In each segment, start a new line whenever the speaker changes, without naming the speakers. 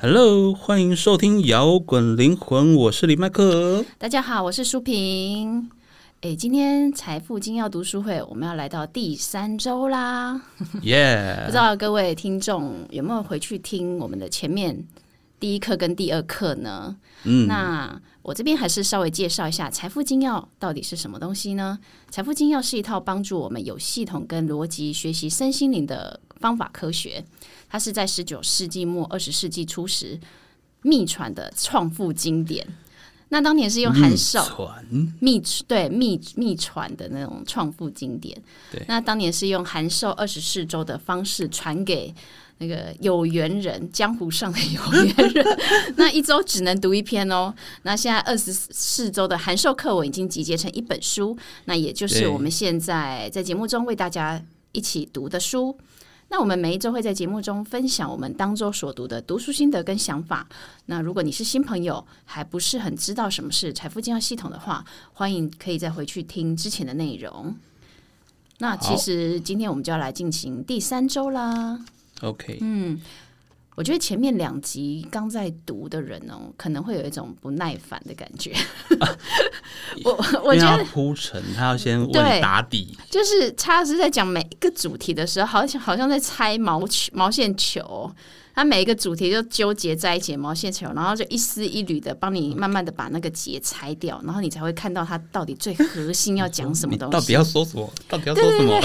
Hello，欢迎收听摇滚灵魂，我是李麦 克。
大家好，我是舒平。哎，今天财富精要读书会，我们要来到第三周啦。不
Yeah，
知道各位听众有没有回去听我们的前面第一课跟第二课呢？
嗯，
那我这边还是稍微介绍一下财富精要到底是什么东西呢？财富精要是一套帮助我们有系统跟逻辑学习身心灵的方法科学，它是在十九世纪末二十世纪初时秘传的创富经典。那当年是用
嗯
韩少、
传
秘对秘秘传的那种创富经典。
对
那当年是用函授二十四周的方式传给那个有缘人，江湖上的有缘人。 那一周只能读一篇哦。那现在二十四周的函授课文已经集结成一本书，那也就是
对
我们现在在节目中为大家一起读的书。那我们每一周会在节目中分享我们当周所读的读书心得跟想法。那如果你是新朋友，还不是很知道什么是财富经销系统的话，欢迎可以再回去听之前的内容。那其
好
实今天我们就要来进行第三周啦。
，OK，
嗯我觉得前面两集刚在读的人哦，可能会有一种不耐烦的感 觉。我我
因为
觉得
他要铺陈，他要先为
对
你打底，
就是他是在讲每一个主题的时候，好像好像在拆毛球毛线球，哦他每一个主题就纠结在一起的毛线球，然后就一丝一缕的帮你慢慢的把那个结拆掉，然后你才会看到他到底最核心要讲什么
你
东
到
西
底。要说什么？到底要说什么？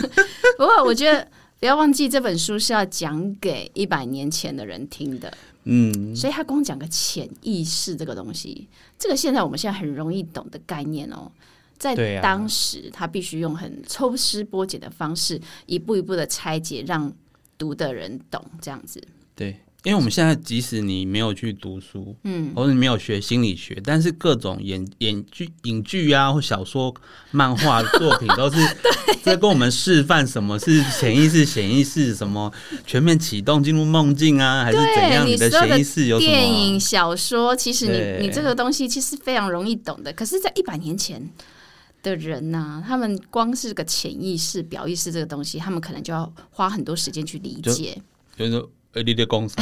不过我觉得不要忘记这本书是要讲给一百年前的人听的，
嗯，
所以他光讲个潜意识这个东西，这个现在我们现在很容易懂的概念哦，在
对啊
当时他必须用很抽丝剥茧的方式，一步一步的拆解，让读的人懂这样子。
对，因为我们现在即使你没有去读书，嗯，或者你没有学心理学，但是各种演演剧、影剧啊，或小说、漫画作品 都是在跟我们示范什么是潜意识、潜意识什么全面启动进入梦境啊，还是怎样？
对，
你的
所有
潜意识有什
电
么？
影、小说，其实
对
你你这个东西其实非常容易懂的，可是，在一百年前。的人呐、他们光是个潜意识、表意识这个东西，他们可能就要花很多时间去理
就
解。
就是说呃，你的公司，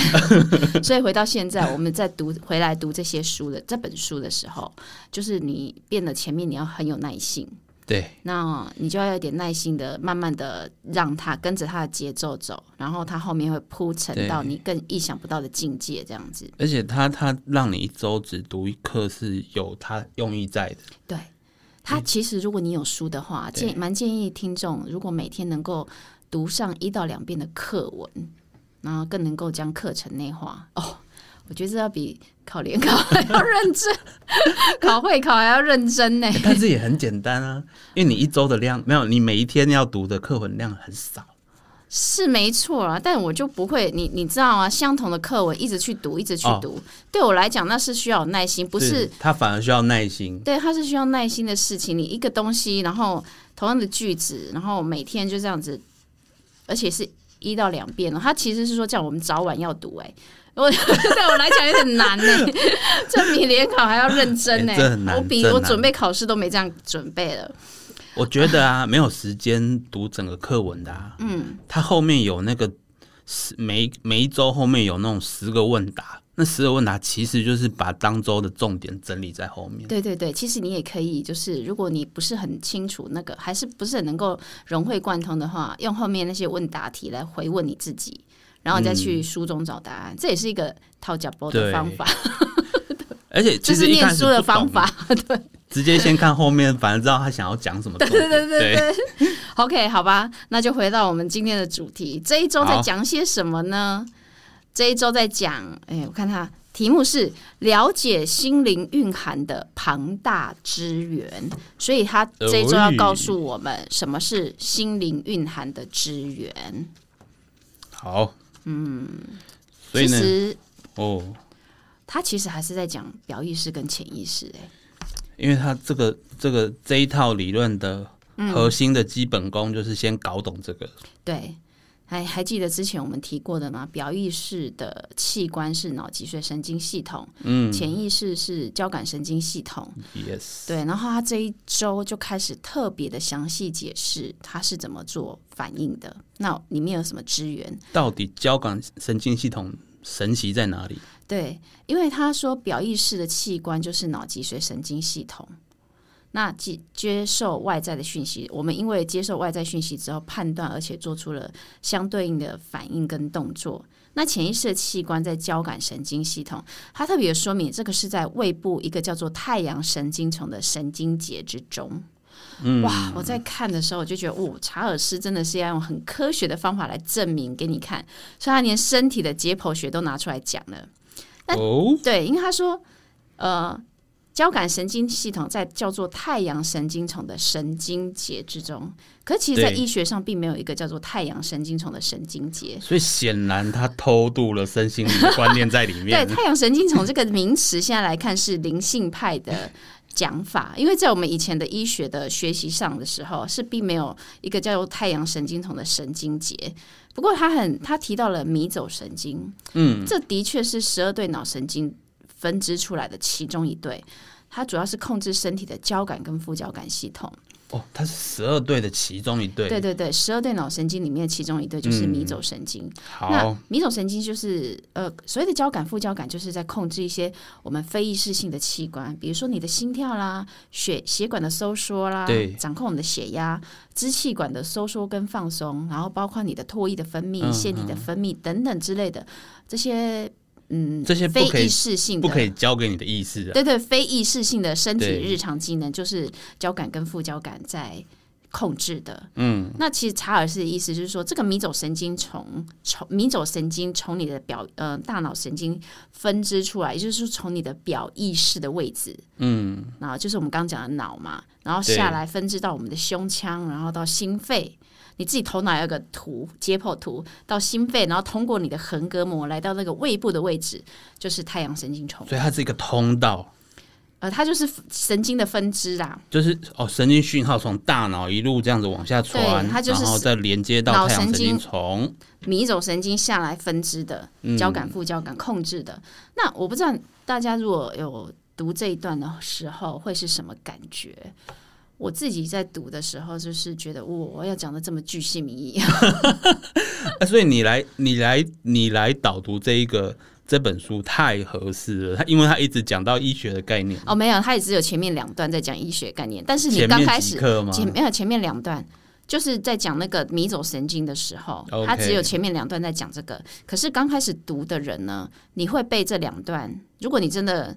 所以回到现在，我们在读回来读这些书的这本书的时候，就是你变得前面你要很有耐心，
对
那你就要有一点耐心的，慢慢的让它跟着它的节奏走，然后它后面会铺
对
陈到你更意想不到的境界，这样子。
而且他他让你一周只读一课是有他用意 在的，
对，它其实如果你有书的话，
嗯对
建蛮建议听众，如果每天能够读上一到两遍的课文，然后更能够将课程内化哦。我觉得这要比考联考 还要认真， 考会考还要认真呢。
欸但是也很简单啊，因为你一周的量没有，你每一天要读的课文量很少。
是没错啦，但我就不会，你你知道啊，相同的课文一直去读，一直去
哦
读，对我来讲那是需要有耐心，不是
他反而需要耐心。
对，它是需要耐心的事情。你一个东西，然后同样的句子，然后每天就这样子，而且是一到两遍了。它其实是说叫我们早晚要读、哎， 我对我来讲有点难呢、 这比联考还要认真呢、
哎这很难
我比
这很
我
难
准备考试都没这样准备了。
我觉得 啊，没有时间读整个课文的、啊，嗯，他后面有那个十每每一周后面有那种十个问答，那十个问答其实就是把当周的重点整理在后面。
对对对，其实你也可以，就是如果你不是很清楚那个，还是不是很能够融会贯通的话，用后面那些问答题来回问你自己，然后你再去书中找答案，这也是一个套假波
嗯
的
对
方法。
而且
这
其
是
实一开
念
始
书的方
不
法
懂，。 直接先看后面，反正知道他想要讲什么重
对
点。
对对对对 OK，好吧，那就回到我们今天的主题，这一周在
好
讲些什么呢？这一周在讲，哎、我看它题目是了解心灵蕴含的庞大资源，所以它这一周要告诉我们什么是心灵蕴含的资源。
好，嗯，所
其
以呢，
实
哦，
它其实还是在讲表意识跟潜意识、哎。
因为他这个这个这一套理论的
嗯
核心的基本功就是先搞懂这个，
对，还还记得之前我们提过的吗？表意识的器官是脑脊髓神经系统，嗯，潜意识是交感神经系统，
yes，
对。然后他这一周就开始特别的详细解释他是怎么做反应的，那里面有什么资源？
到底交感神经系统神奇在哪里？
对，因为他说表意识的器官就是脑脊髓神经系统。那接接受外在的讯息，我们因为接受外在讯息之后判断，而且做出了相对应的反应跟动作。那潜意识的器官在交感神经系统，它特别说明这个是在胃部一个叫做太阳神经丛的神经节之中。哇！我在看的时候，我就觉得，哦，查尔斯真的是要用很科学的方法来证明给你看，所以他连身体的解剖学都拿出来讲了。那
哦，
对，因为他说，呃，交感神经系统在叫做太阳神经丛的神经节之中，可其实，在
对
医学上并没有一个叫做太阳神经丛的神经节。
所以显然他偷渡了身心灵的观念在里
对，
面。
太阳神经丛这个名词，现在来看是灵性派的讲法， 因为在我们以前的医学的学习上的时候，是并没有一个叫做太阳神经丛的神经节。不过他很他提到了迷走神经，嗯，这的确是十二对脑神经分支出来的其中一对。它主要是控制身体的交感跟副交感系统。
哦，他是十二对的其中一对。
对对对，十二对脑神经里面其中一对就是迷走神经。那
好，
迷走神经就是呃，所谓的交感副交感，就是在控制一些我们非意识性的器官，比如说你的心跳啦、血血管的收缩啦
对，
掌控我们的血压、支气管的收缩跟放松，然后包括你的唾液的分泌、
嗯
腺体的分泌等等之类的这些嗯
这些
非
不可
意
以
识性
不可
的。
以交给你的意识啊。
对对，非意识性的身体
对
日常机能就是交感跟副交感在控制的。
嗯
那其实查尔斯的意思就是说，这个迷走神经从从迷走神经从你的表呃大脑神经分支出来，也就是说从你的表意识的位置，嗯，然后就是我们刚刚讲的脑嘛，然后下
对
来分支到我们的胸腔，然后到心肺。你自己头脑有个图解剖图到心肺，然后通过你的横膈膜来到那个胃部的位置，就是太阳神经丛，
所以它是一个通道，
呃，它就是神经的分支啦。
就是哦，神经讯号从大脑一路这样子往下传，
对它就是
然后再连接到
脑
太阳神
神
经
经
丛。
迷走神经下来分支的
嗯
交感副交感控制的。那我不知道大家如果有读这一段的时候会是什么感觉？我自己在读的时候，就是觉得我我要讲的这么具细靡遗，
啊，所以你来，你来，你来导读这一个这本书太合适了。他因为他一直讲到医学的概念，
哦，没有，它也只有前面两段在讲医学概念，但是你
前
刚
面
开
几
始
课吗？
前没有前面两段。就是在讲那个迷走神经的时候，
OK
它只有前面两段在讲这个。可是刚开始读的人呢，你会被这两段。如果你真的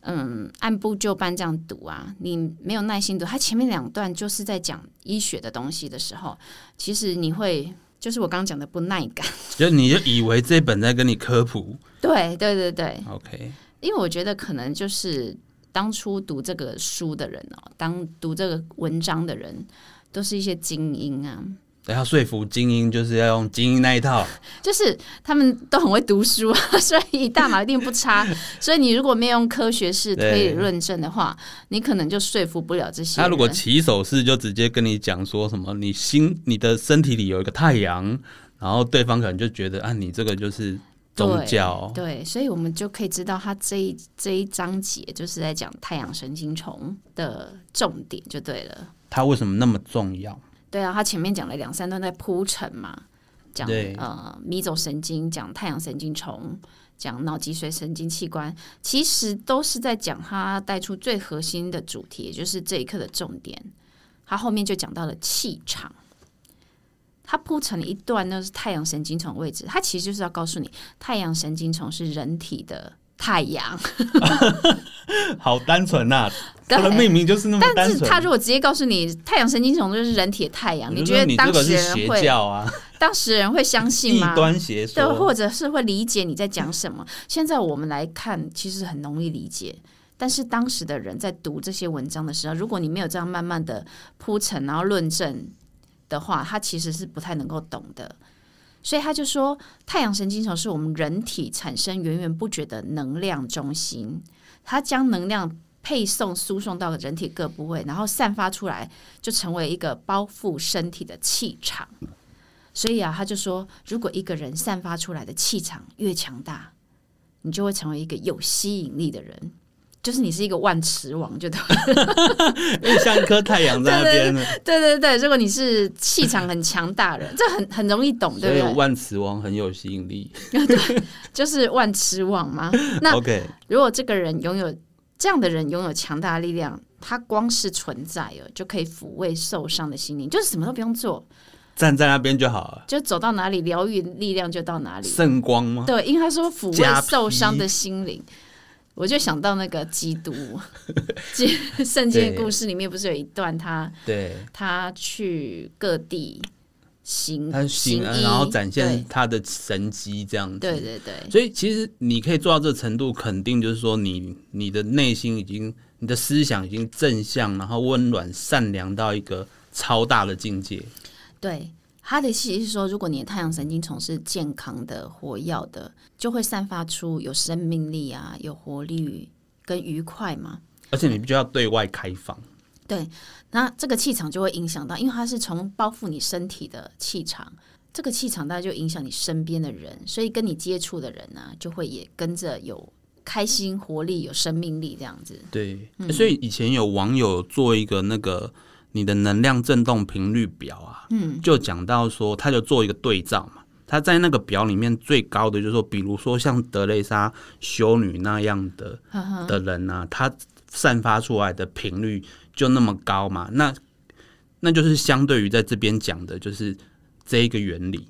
嗯按部就班这样读啊，你没有耐心读，它前面两段就是在讲医学的东西的时候，其实你会就是我刚刚讲的不耐感。
就你就以为这本在跟你科普
对对对对，
，OK？
因为我觉得可能就是当初读这个书的人哦，当读这个文章的人，都是一些精英啊。
等要说服精英，就是要用精英那一套。
就是他们都很会读书啊， 所以大脑一定不差。 所以你如果没有用科学式推
对
理论证的话，你可能就说服不了这些
他
人。
如果起手式就直接跟你讲说什么，你心你的身体里有一个太阳，然后对方可能就觉得啊，你这个就是宗教。
对，所以我们就可以知道他这一这一章节就是在讲太阳神经虫的重点就对了。
它为什么那么重要？
对啊，他前面讲了两三段在铺陈嘛，讲
对
呃迷走神经，讲太阳神经虫，讲脑脊髓神经器官，其实都是在讲他带出最核心的主题，也就是这一课的重点。他后面就讲到了气场，他铺成了一段那是太阳神经丛位置，他其实就是要告诉你，太阳神经丛是人体的 太阳，
好单纯 呐、
对
它的命名就是那么
但
单
是
纯。
他如果直接告诉你太阳神经丛就是人体的太阳，
我就
觉
说
得
你
当
这个
事
是
人
邪
会
教啊，
当事人会相信
异
吗？
端邪
对，
说。
或者是会理解你在讲什么。现在我们来看，其实很容易理解。但是当时的人在读这些文章的时候，如果你没有这样慢慢的铺陈，然后论证的话，他其实是不太能够懂的。所以他就说，太阳神经丛是我们人体产生源源不绝的能量中心，它将能量配送、输送到人体各部位，然后散发出来，就成为一个包覆身体的气场。所以啊，他就说，如果一个人散发出来的气场越强大，你就会成为一个有吸引力的人，就是你是一个万磁王，就对。
因为像一颗太阳在那边呢，
对对对，如果你是气场很强大的人， 这很很容易懂，
所
对
以
不对？
万磁王很有吸引力。
就是万磁王嘛。那
OK，
如果这个人拥有这样的人拥有强大的力量，他光是存在了就可以抚慰受伤的心灵，就是什么都不用做，
站在那边就好了。
就走到哪里疗愈力量就到哪里。
圣光吗？
对，因为他说抚
加
慰
皮
受伤的心灵，我就想到那个基 督，基圣经的故事里面不是有一段他
对，
他去各地行
他行，
行医，
然后展现他的神机这样子。
对对对对
所以其实你可以做到这程度，肯定就是说你你的内心已经，你的思想已经正向，然后温暖、善良到一个超大的境界。
对。他的意思是说，如果你的太阳神经丛是健康的、活跃的，就会散发出有生命力啊、有活力跟愉快嘛。
而且你必须要对外开放，
对，那这个气场就会影响到，因为它是从包覆你身体的气场，这个气场大概就影响你身边的人，所以跟你接触的人呢、就会也跟着有开心、活力、有生命力这样子。
对。所以以前有网友做一个那个你的能量振动频率表啊，嗯，就讲到说，他就做一个对照嘛。他在那个表里面最高的就是说，比如说像德蕾莎修女那样的
呵呵
的人呢、他散发出来的频率就那么高嘛，那那就是相对于在这边讲的，就是这一个原理。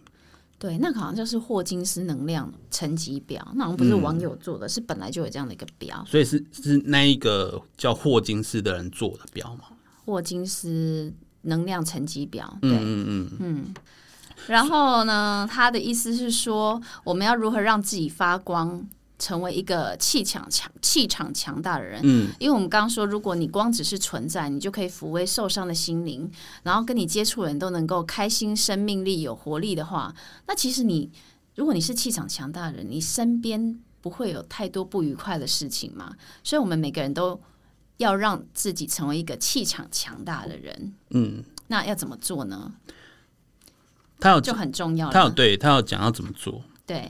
对，那个好像就是霍金斯能量层级表，那好像不是网友做的，是本来就有这样的一个表。
所以是是那一个叫霍金斯的人做的表嘛？
霍金斯能量层级表，对，
嗯嗯嗯，
然后呢，他的意思是说，我们要如何让自己发光，成为一个气场强、气场强大的人。嗯，因为我们刚刚说，如果你光只是存在，你就可以抚慰受伤的心灵，然后跟你接触的人都能够开心、生命力、有活力的话，那其实你，如果你是气场强大的人，你身边不会有太多不愉快的事情嘛。所以，我们每个人都要让自己成为一个气场强大的人。嗯，那要怎么做呢？
他有
就很重要了。
他有对他有讲要怎么做，
对。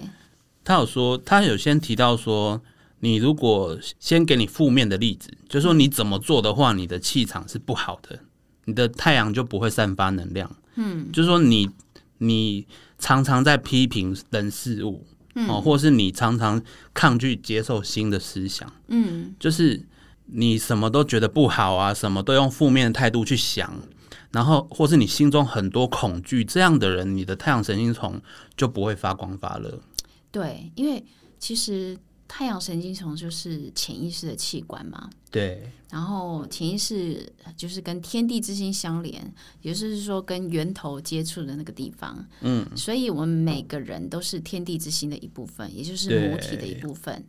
他有说他有先提到说，你如果先给你负面的例子，就说你怎么做的话，你的气场是不好的，你的太阳就不会散发能量。嗯，就说你你常常在批评人事物，哦，或是你常常抗拒接受新的思想，嗯，就是你什么都觉得不好啊，什么都用负面的态度去想，然后或是你心中很多恐惧，这样的人，你的太阳神经丛就不会发光发热。
对，因为其实太阳神经丛就是潜意识的器官嘛，
对，
然后潜意识就是跟天地之心相连，也就是说跟源头接触的那个地方。嗯，所以我们每个人都是天地之心的一部分，也就是母体的一部分。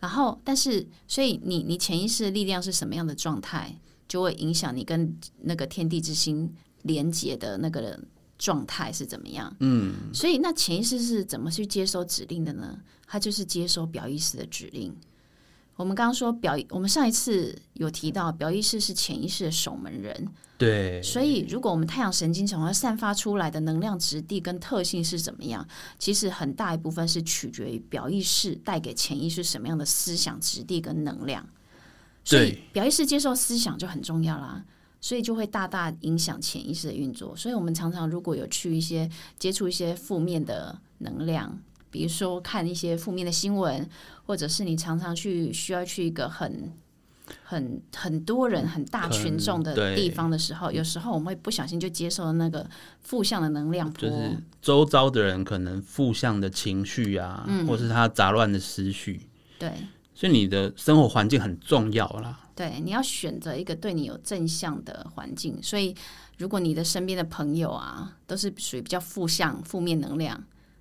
然后，但是，所以你你潜意识的力量是什么样的状态，就会影响你跟那个天地之心连接的那个状态是怎么样。嗯，所以那潜意识是怎么去接收指令的呢？它就是接收表意识的指令。我们刚刚说表，我们上一次有提到表意识是潜意识的守门人，
对，
所以如果我们太阳神经丛要散发出来的能量质地跟特性是怎么样，其实很大一部分是取决于表意识带给潜意识什么样的思想质地跟能量。所以
对
表意识接受思想就很重要啦，所以就会大大影响潜意识的运作。所以我们常常如果有去一些接触一些负面的能量，比如说看一些负面的新闻，或者是你常常去需要去一个很。很很多人、很大群众
可
的
能对
地方的时候，有时候我们会不小心就接受了那个负向的能量
就
波。
是周遭的人可能负向的情绪啊，
嗯
或是他杂乱的思绪，
对
所以你的生活环境很重要啦。
对，你要选择一个对你有正向的环境。所以，如果你的身边的朋友啊，都是属于比较负向、负面能量，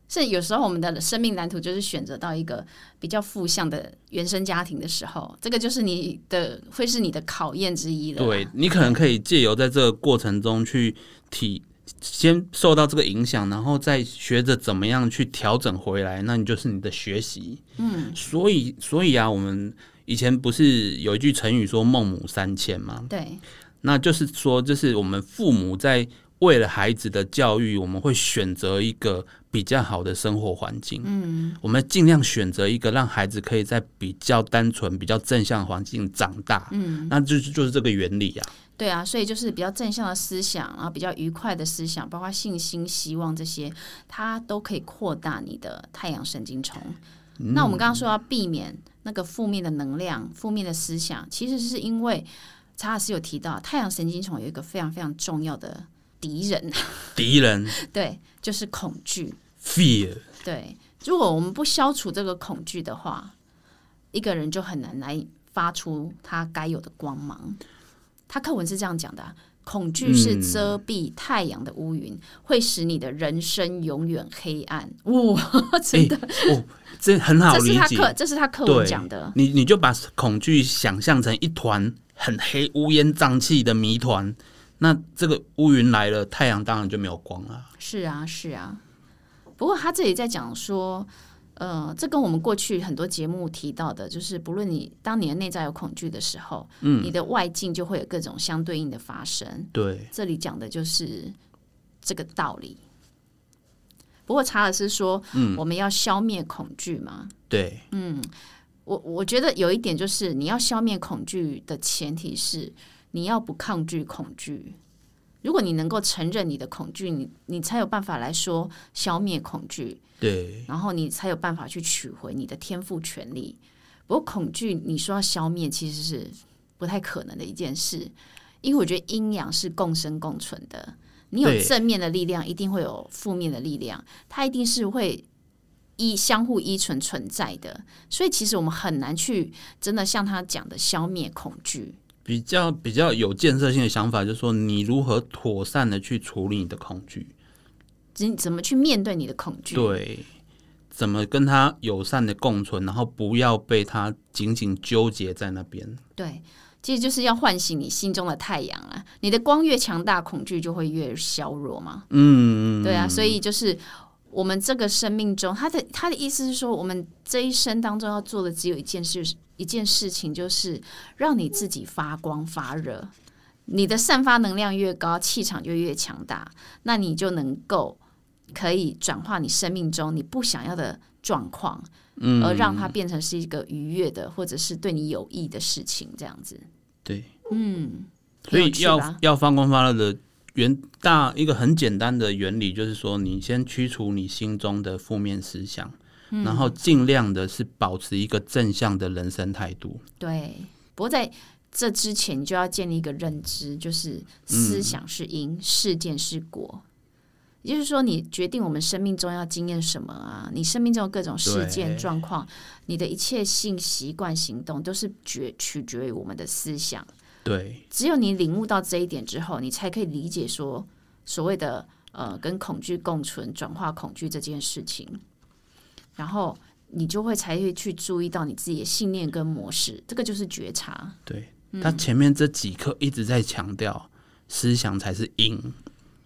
是有时候我们的生命蓝图就是选择到一个比较负向的原生家庭的时候，这个就是你的会是你的考验之一了啦。
对你可能可以借由在这个过程中去体，先受到这个影响，然后再学着怎么样去调整回来，那你就是你的学习。嗯，所以所以啊，我们以前不是有一句成语说“孟母三迁”吗？
对
那就是说，就是我们父母在为了孩子的教育，我们会选择一个比较好的生活环境。嗯，我们尽量选择一个让孩子可以在比较单纯、比较正向的环境长大。嗯，那就是就是这个原理啊。
对啊，所以就是比较正向的思想，然后比较愉快的思想，包括信心、希望这些，它都可以扩大你的太阳神经丛。那我们刚刚说要避免那个负面的能量、负面的思想，其实是因为查尔斯有提到，太阳神经丛有一个非常非常重要的敌人，
敌人
对，就是恐惧。
fear
对，如果我们不消除这个恐惧的话，一个人就很难来发出他该有的光芒。他课文是这样讲的啊、恐惧是遮蔽太阳的乌云，会使你的人生永远黑暗。
嗯
哇、真的，
哦，这很好
这是
理
他
解。
课，这是他课文
对
讲的。
你你就把恐惧想象成一团很黑、乌烟瘴气的谜团。那这个乌云来了，太阳当然就没有光了。
是啊，是啊。不过他这里在讲说，呃，这跟我们过去很多节目提到的，就是不论你当你的内在有恐惧的时候，嗯，你的外境就会有各种相对应的发生。
对，
这里讲的就是这个道理。不过查尔斯说，嗯，我们要消灭恐惧嘛。
对，
我我觉得有一点就是，你要消灭恐惧的前提是你要不抗拒恐惧。如果你能够承认你的恐惧，你你才有办法来说消灭恐惧，
对，
然后你才有办法去取回你的天赋权利。不过恐惧，你说要消灭，其实是不太可能的一件事，因为我觉得阴阳是共生共存的。你有
对
正面的力量，一定会有负面的力量，它一定是会依相互依存存在的。所以其实我们很难去真的像他讲的消灭恐惧。
比较比较有建设性的想法，就是说你如何妥善的去处理你的恐惧，
你怎么去面对你的恐惧？
对，怎么跟他友善的共存，然后不要被他紧紧纠结在那边。
对，其实就是要唤醒你心中的太阳啊！你的光越强大，恐惧就会越削弱嘛。嗯，对啊，所以就是我们这个生命中，他的他的意思是说，我们这一生当中要做的只有一件事，一件事情就是让你自己发光发热。你的散发能量越高，气场就越强大，那你就能够可以转化你生命中你不想要的状况，嗯，而让它变成是一个愉悦的，或者是对你有益的事情，这样子。
对，所
很嗯有
以
趣
要
吧
要发光发热的原大一个很简单的原理，就是说你先驱除你心中的负面思想，
嗯
然后尽量的是保持一个正向的人生态度。
对，不过在这之前，你就要建立一个认知，就是思想是因，事件是果。也就是说，你决定我们生命中要经验什么啊？你生命中的各种事件
对
状况，你的一切性习惯、行动，都是决取决于我们的思想。
对，
只有你领悟到这一点之后，你才可以理解说所谓的呃跟恐惧共存、转化恐惧这件事情，然后你就会才会去注意到你自己的信念跟模式，这个就是觉察。
对，他前面这几课一直在强调，思想才是因。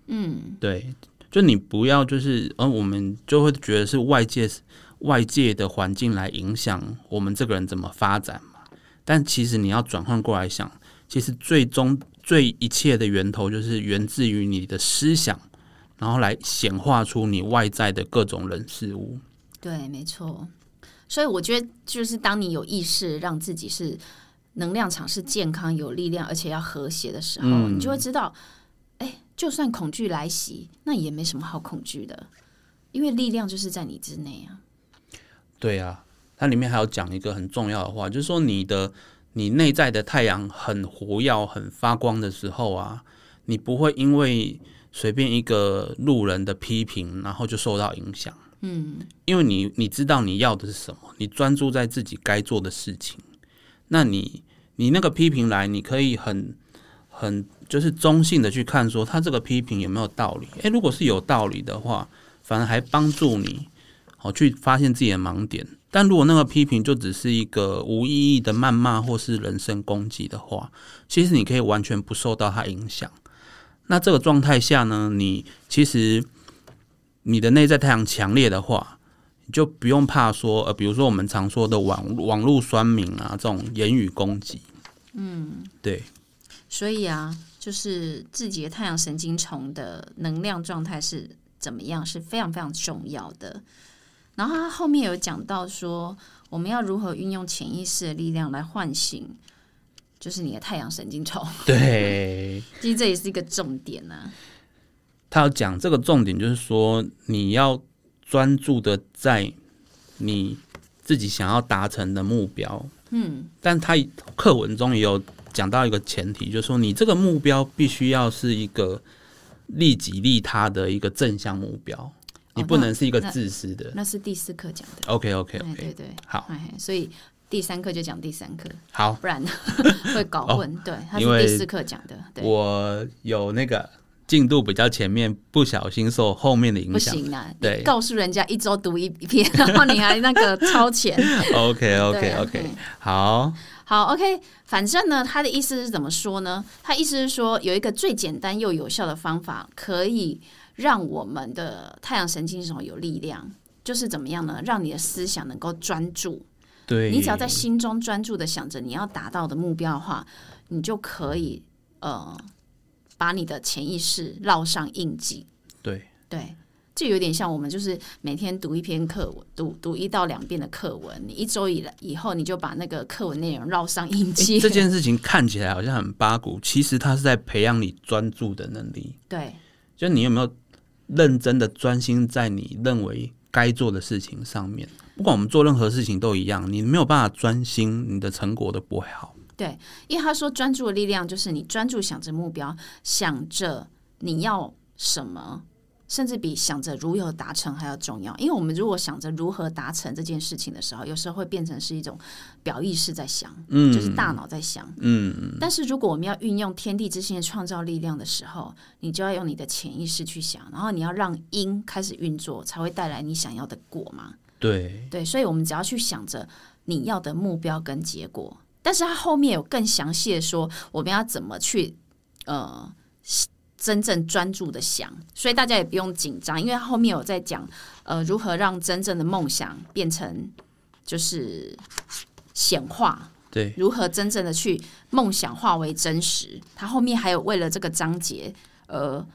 嗯，对，就你不要就是，呃，我们就会觉得是外界外界的环境来影响我们这个人怎么发展嘛。但其实你要转换过来想，其实最终最一切的源头就是源自于你的思想，然后来显化出你外在的各种人事物。
对，没错。所以我觉得，就是当你有意识让自己是能量场是健康、有力量，而且要和谐的时候，你就会知道，哎，就算恐惧来袭，那也没什么好恐惧的，因为力量就是在你之内啊。
对啊，它里面还有讲一个很重要的话，就是说你的你内在的太阳很活耀、很发光的时候啊，你不会因为随便一个路人的批评，然后就受到影响。嗯，因为你你知道你要的是什么，你专注在自己该做的事情。那你你那个批评来，你可以很很就是中性的去看说他这个批评有没有道理。诶，如果是有道理的话，反而还帮助你好去发现自己的盲点。但如果那个批评就只是一个无意义的谩骂或是人身攻击的话，其实你可以完全不受到它影响。那这个状态下呢，你其实你的内在太阳强烈的话，你就不用怕说，呃，比如说我们常说的网网络酸民啊，这种言语攻击，嗯，对，
所以啊，就是自己的太阳神经丛的能量状态是怎么样，是非常非常重要的。然后他后面有讲到说，我们要如何运用潜意识的力量来唤醒，就是你的太阳神经丛。
对，
其实这也是一个重点啊。
他要讲这个重点，就是说你要专注的在你自己想要达成的目标。嗯，但他课文中也有讲到一个前提，就是说你这个目标必须要是一个利己利他的一个正向目标，你不能是一个自私的。
哦那是第四课讲的。
OK OK
哎，对
OK，
对，
好
哎，所以第三课就讲第三课，
好，
不然会搞混。对，他
哦因
是
为
第四课讲的，对，
我有那个进度比较前面，不小心受后面的
不
影响。
行啊，
对
你告诉人家一周读一一篇，然后你还那个超前。
OK
对
OK
啊
OK，
嗯
好，
好，OK，反正呢，他的意思是怎么说呢？他意思是说，有一个最简单又有效的方法，可以让我们的太阳神经丛有力量，就是怎么样呢？让你的思想能够专注。
对，
你只要在心中专注的想着你要达到的目标的话，你就可以呃，把你的潜意识烙上印记。
对
对。这有点像我们就是每天读一篇课文，读读一到两遍的课文，你一周以来以后，你就把那个课文内容烙上印
诶哎
记。
这件事情看起来好像很八股，其实它是在培养你专注的能力。
对，
就你有没有认真的专心在你认为该做的事情上面？不管我们做任何事情都一样，你没有办法专心，你的成果都不会好。
因为他说专注的力量就是你专注想着目标，想着你要什么，甚至比想着如何达成还要重要。因为我们如果想着如何达成这件事情的时候，有时候会变成是一种表意识在想，
嗯，
就是大脑在想。
嗯，
但是如果我们要运用天地之心的创造力量的时候，你就要用你的潜意识去想，然后你要让因开始运作，才会带来你想要的果嘛。
对，
对，所以我们只要去想着你要的目标跟结果，但是它后面有更详细的说我们要怎么去呃真正专注的想，所以大家也不用紧张，因为它后面有在讲呃如何让真正的梦想变成就是显化，
对，
如何真正的去梦想化为真实。它后面还有为了这个章节而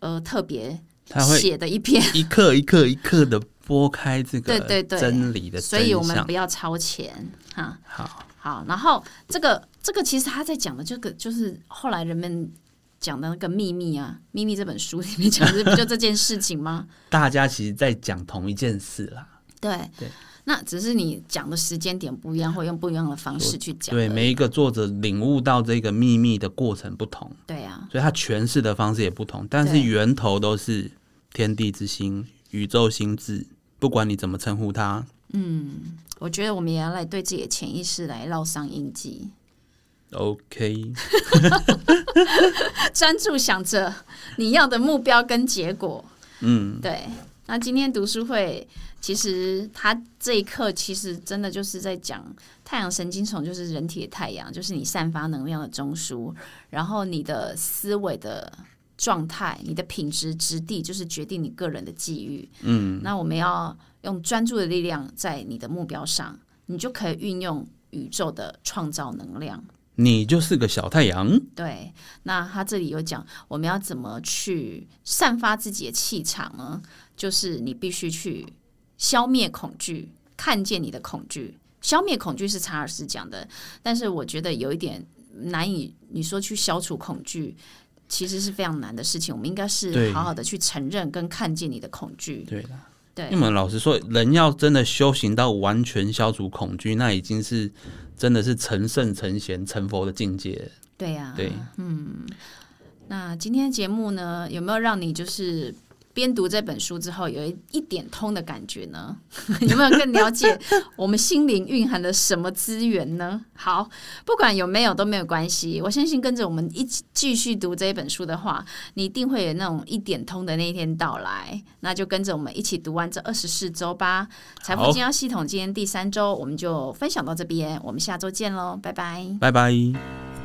呃特别
它会
写的一篇，
一刻一刻一刻的拨开这个
对对对
真理的
所以我
真
们
相
不。要超前哈。
好，
好，然后这个这个其实他在讲的这个就是后来人们讲的那个秘密啊，《秘密》这本书里面讲的 不就这件事情吗？
大家其实在讲同一件事啦。
对
对
那只是你讲的时间点不一样，或用不一样的方式去讲而已。
对，每一个作者领悟到这个秘密的过程不同，
对啊，
所以他诠释的方式也不同，但是
对
源头都是天地之心、宇宙心智，不管你怎么称呼它，
我觉得我们也要来对自己的潜意识来烙上印记，
OK，
专注想着你要的目标跟结果。
嗯，
对，那今天读书会其实它这一课其实真的就是在讲太阳神经丛，就是人体的太阳，就是你散发能量的中枢，然后你的思维的。状态，你的品质、质地，就是决定你个人的际遇。嗯，那我们要用专注的力量在你的目标上，你就可以运用宇宙的创造能量。
你就是个小太阳，
对，那他这里有讲，我们要怎么去散发自己的气场呢？就是你必须去消灭恐惧，看见你的恐惧。消灭恐惧是查尔斯讲的，但是我觉得有一点难以，你说去消除恐惧，其实是非常难的事情。我们应该是
对
好好的去承认跟看见你的恐惧。
对啦。
对
因为我们老实说，人要真的修行到完全消除恐惧，那已经是真的是成圣、成贤、成佛的境界了。
对啊呀、
对，
那今天的节目呢，有没有让你就是边读这本书之后有一一点通的感觉呢？ 有没有更了解我们心灵蕴含的什么资源呢？好，不管有没有都没有关系，我相信跟着我们一起继续读这一本书的话，你一定会有那种一点通的那一天到来。那就跟着我们一起读完这二十四周吧。财富
好
经销系统今天第三周我们就分享到这边，我们下周见喽，拜拜。
拜拜。